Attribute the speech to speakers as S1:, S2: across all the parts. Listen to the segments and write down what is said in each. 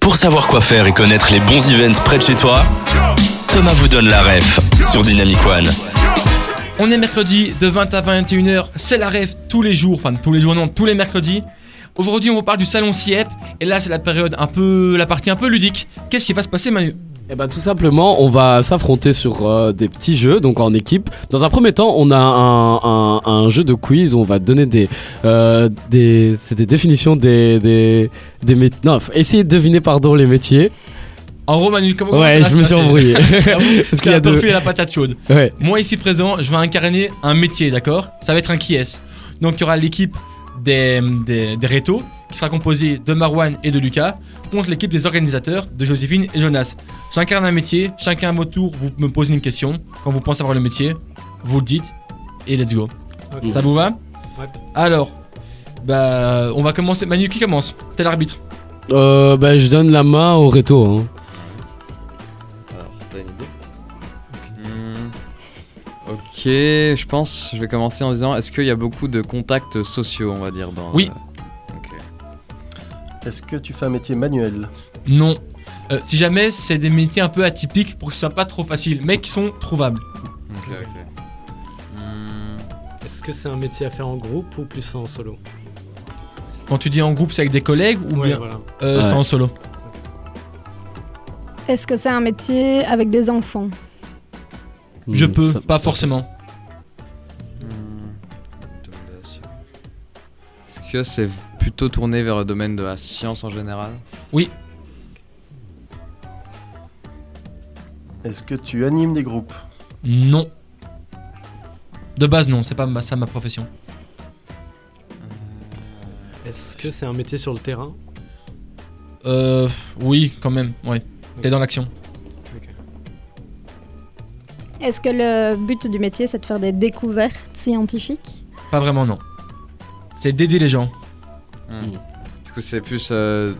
S1: Pour savoir quoi faire et connaître les bons events près de chez toi, Thomas vous donne la ref sur Dynamic One.
S2: On est mercredi de 20 à 21h, c'est la rêve tous les jours, enfin tous les jours non, tous les mercredis. Aujourd'hui on vous parle du salon CIEP et là c'est la période un peu, la partie un peu ludique. Qu'est-ce qui va se passer Manu
S3: Eh ben tout simplement, on va s'affronter sur euh, des petits jeux, donc en équipe. Dans un premier temps, on a un, un- un jeu de quiz où on va donner des, euh, des, c'est des définitions des, des, des mét- non, faut essayer de deviner pardon les métiers.
S2: En gros Manu, comment comment ça
S3: Ouais,
S2: va
S3: je
S2: se
S3: me suis
S2: passer
S3: embrouillé.
S2: Parce qu'il y a deux. la patate chaude.
S3: ouais.
S2: Moi ici présent, je vais incarner un métier, d'accord Ça va être un qui est. Donc il y aura l'équipe des, des, des rétos, qui sera composée de Marwan et de Lucas, contre l'équipe des organisateurs de Joséphine et Jonas. J'incarne un métier, chacun à votre tour, vous me posez une question. Quand vous pensez avoir le métier, vous le dites, et let's go. Ça vous va
S4: Ouais.
S2: Alors, bah, on va commencer. Manu, qui commence T'es l'arbitre.
S3: Euh, ben je donne la main au réto. hein.
S4: Alors, t'as une idée Hmm. Ok, je pense, je vais commencer en disant, est-ce qu'il y a beaucoup de contacts sociaux, on va dire, dans...
S2: Oui.
S4: euh, ok.
S5: Est-ce que tu fais un métier manuel
S2: Non. Euh, si jamais c'est des métiers un peu atypiques pour que ce soit pas trop facile, mais qui sont trouvables.
S4: Ok, ok. Hmm,
S6: Est-ce que c'est un métier à faire en groupe ou plus en solo
S2: Quand tu dis en groupe, c'est avec des collègues ou
S6: Ouais,
S2: bien
S6: voilà.
S2: euh,
S3: Ouais.
S2: c'est en solo
S7: Est-ce que c'est un métier avec des enfants
S2: Je
S3: Hmm,
S2: peux,
S3: ça-
S2: pas forcément.
S4: hmm, de la science. Est-ce que c'est plutôt tourné vers le domaine de la science en général
S5: Est-ce que tu animes des groupes
S2: Non. De base, non, c'est pas ma- ça ma profession.
S6: Est-ce que c'est un métier sur le terrain
S2: Euh, oui, quand même, ouais. T'es dans l'action.
S7: Est-ce que le but du métier, c'est de faire des découvertes scientifiques
S2: Pas vraiment, non. C'est d'aider les gens.
S4: Hmm. Du coup, c'est plus euh,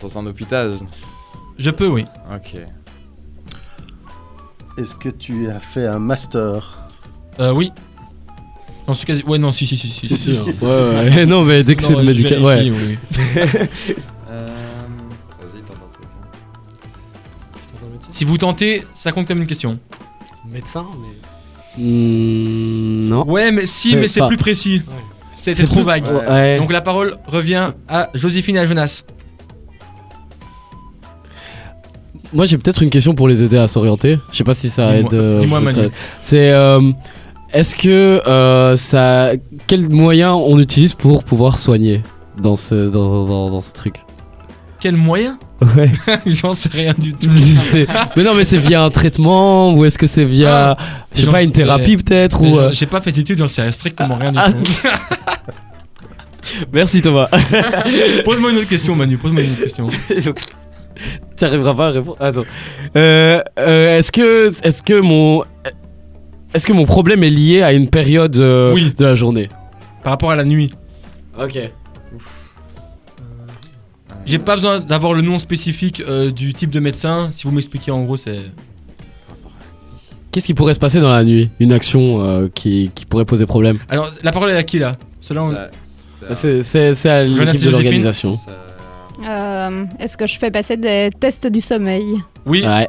S4: dans un hôpital
S2: Je peux, oui.
S4: Ok.
S5: Est-ce que tu as fait un master
S2: Euh, oui. J'en suis quasi. Ouais, non, si, si, si, si.
S3: Si,
S2: si.
S3: si, hein. ouais, ouais. non, mais dès que c'est
S2: Non,
S3: le
S2: je
S3: médical.
S2: vérifie,
S3: Ouais.
S2: oui, oui.
S4: Euh, Vas-y, tente un truc. hein.
S6: Putain, c'est un métier
S2: Si vous tentez, ça compte comme une question.
S6: Médecin, mais
S3: Hmm, non.
S2: Ouais, mais si,
S3: Mais
S2: mais c'est
S3: pas-
S2: plus précis.
S6: Ouais.
S2: C'est
S3: C'est
S2: c'est trop
S3: plus-
S2: vague.
S4: Ouais.
S3: Ouais.
S2: Donc la parole revient à Joséphine et à Jonas.
S3: Moi j'ai peut-être une question pour les aider à s'orienter. Je sais pas si ça
S2: Dis-moi-
S3: aide. euh,
S2: dis-moi,
S3: ça-
S2: Manu.
S3: C'est euh, est-ce que euh, ça, quels moyens on utilise pour pouvoir soigner dans ce dans, dans, dans ce truc
S2: Quel moyen
S3: Ouais.
S2: J'en sais rien du tout.
S3: C'est- mais non, mais c'est via un traitement ou est-ce que c'est via,
S2: Ah,
S3: je sais
S2: J'en
S3: pas,
S2: sais-
S3: une thérapie peut-être
S2: Mais
S3: ou.
S2: je-
S3: euh,
S2: J'ai pas fait d'études, j'en sais strictement rien du
S3: ah,
S2: tout.
S3: Merci Thomas.
S2: Pose-moi une autre question, Manu. Pose-moi une autre question.
S3: T'arriveras pas à répondre. Attends. Euh, euh, est-ce que est-ce que mon est-ce que mon problème est lié à une période euh,
S2: Oui.
S3: de la journée
S2: Par rapport à la nuit,
S3: Ok.
S2: j'ai pas besoin d'avoir le nom spécifique euh, du type de médecin. Si vous m'expliquez, en gros, c'est.
S3: Qu'est-ce qui pourrait se passer dans la nuit Une action euh, qui, qui pourrait poser problème
S2: Alors, la parole est à qui là Cela, on...
S4: Ça- ça-
S3: Ah, C'est c'est- c'est à l'équipe
S2: Joséphine.
S3: de l'organisation.
S4: ça-
S7: Euh, Est-ce que je fais passer des tests du sommeil
S2: Oui,
S3: Ouais.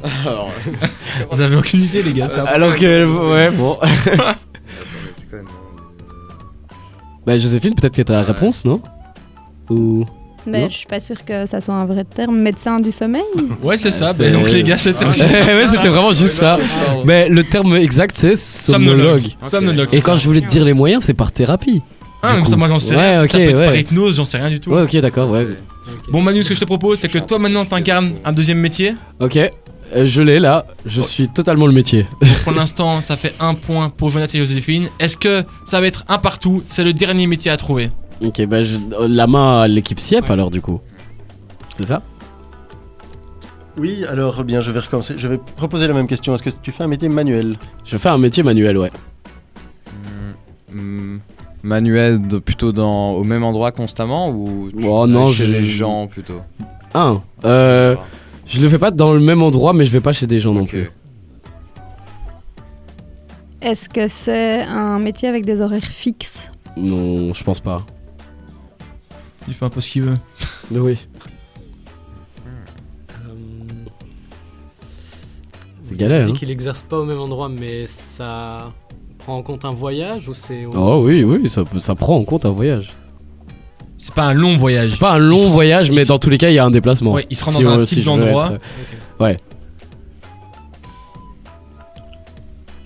S4: Alors,
S2: vous avez aucune idée, les gars. ça.
S3: Alors que. Ah, Ouais, bon.
S4: attends, mais c'est quoi euh, le nom
S3: bah, Joséphine, peut-être que t'as la
S4: Ouais.
S3: réponse, non Ou.
S7: Mais
S3: Non.
S7: Ben, je suis pas sûre que ça soit un vrai terme. Médecin du sommeil
S2: Ouais, c'est ça.
S3: C'est- Ah,
S2: bah, donc, les gars, c'était.
S3: ouais, c'était vraiment juste ça. Mais le terme exact, c'est somnologue.
S4: Ok.
S2: Somnologue.
S3: Et quand je voulais te dire les moyens, c'est par thérapie.
S2: Ah,
S3: du
S2: mais ça,
S3: coup.
S2: moi, j'en sais
S3: Ouais,
S2: rien.
S3: ok,
S2: ça peut être par
S3: ouais.
S2: hypnose, j'en sais rien du tout.
S3: Ouais, ok, d'accord, ouais.
S2: Bon, Manu, ce que je te propose, c'est que toi, maintenant, t'incarnes un deuxième métier.
S3: Ok, euh, je l'ai là, je suis totalement le métier.
S2: Pour l'instant, ça fait un point pour Jonas et Joséphine. Est-ce que ça va être un partout C'est le dernier métier à trouver.
S3: Ok, bah, je- euh, la main à l'équipe SIEP
S6: Ouais.
S3: alors, du coup. C'est ça
S5: Oui, alors eh bien, je vais recommencer. Je vais proposer la même question. Est-ce que tu fais un métier manuel
S3: Je fais un métier manuel, ouais.
S4: Hmm, Manuel de- plutôt dans au même endroit constamment ou tu-
S3: Oh, non,
S4: chez
S3: je-
S4: les gens plutôt.
S3: Un. Euh. Je le fais pas dans le même endroit, mais je vais pas chez des gens non
S4: Ok.
S3: plus.
S7: Est-ce que c'est un métier avec des horaires fixes
S3: Non, je pense pas.
S2: Il fait un peu ce qu'il veut.
S3: Oui.
S6: Euh,
S3: C'est galère,
S6: Dit
S3: hein.
S6: qu'il exerce pas au même endroit, mais ça prend en compte un voyage ou c'est.
S3: Oh oui, oui, ça, peut- ça prend en compte un voyage.
S2: C'est pas un long voyage.
S3: C'est pas un long
S2: se-
S3: voyage,
S2: il
S3: mais
S2: se-
S3: dans tous les cas, il y a un déplacement.
S2: Ouais, il se rend dans un
S3: on-
S2: type
S3: je veux
S2: d'endroit.
S3: être-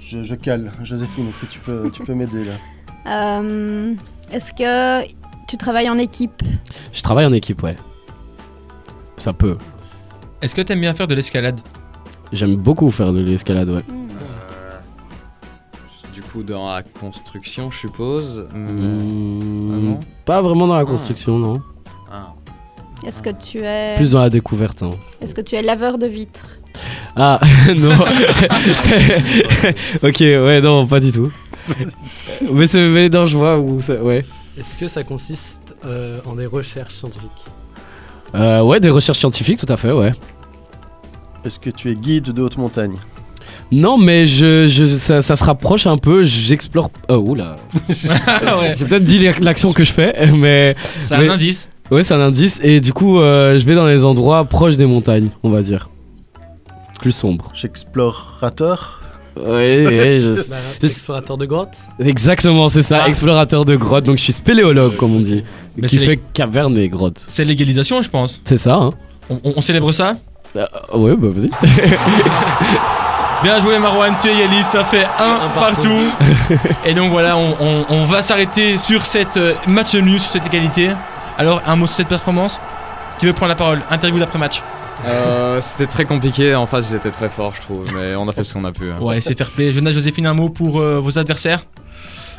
S5: Je, je cale. Joséphine, est-ce que tu peux, tu peux m'aider là
S7: Euh, Est-ce que tu travailles en équipe
S3: Je travaille en équipe, ouais. Ça peut.
S2: Est-ce que t'aimes bien faire de l'escalade
S3: J'aime beaucoup faire de l'escalade, ouais.
S4: Euh, Du coup, dans la construction, je suppose. mais-
S2: Hmm. Ah
S3: Mmh,
S4: vraiment
S3: Pas vraiment dans la
S4: Ah.
S3: construction, non.
S4: Ah,
S7: Est-ce que tu es
S3: Plus dans la découverte. hein.
S7: Est-ce que tu es laveur de vitres
S3: Ah, non. C'est- ok, ouais, non, pas du tout. mais c'est mais non, je vois où ça- Ouais.
S6: Est-ce que ça consiste euh, en des recherches scientifiques
S3: Euh, ouais, des recherches scientifiques, tout à fait, ouais.
S5: Est-ce que tu es guide de haute montagne
S3: Non, mais je, je- ça, ça se rapproche un peu. J'explore. Oh, oula.
S2: Ah ouais.
S3: J'ai peut-être dit l'action que je fais, mais
S2: C'est
S3: Mais-
S2: un indice.
S3: ouais, c'est un indice. Et du coup, euh, je vais dans les endroits proches des montagnes, on va dire. Plus sombres.
S5: J'explorateur
S3: Ouais, ouais, je-
S6: bah,
S3: je-
S6: Explorateur de grottes
S3: Exactement, c'est ça,
S2: Ah.
S3: explorateur de grottes. Donc je suis spéléologue, comme on dit,
S2: Mais
S3: qui
S2: c'est
S3: fait caverne et grotte.
S2: C'est l'égalisation, je pense.
S3: C'est ça, hein
S2: On, on- on célèbre ça
S3: Euh, Ouais, bah vas-y.
S2: Bien joué Marwan, tu es égaliste, ça fait un,
S6: Un
S2: partout.
S6: partout.
S2: Et donc voilà, on, on- on va s'arrêter sur cette euh, match nul, sur cette égalité. Alors, un mot sur cette performance Qui veut prendre la parole Interview d'après-match.
S4: Euh, C'était très compliqué, en face j'étais très fort je trouve, mais on a fait ce qu'on a pu. hein.
S2: Ouais, c'est fair play. Jonas, Joséphine, un mot pour euh, vos adversaires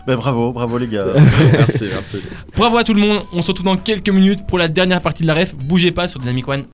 S5: Ben bravo, bravo les gars.
S4: merci, merci.
S2: Bravo à tout le monde, on se retrouve dans quelques minutes pour la dernière partie de la ref. Bougez pas sur Dynamic One.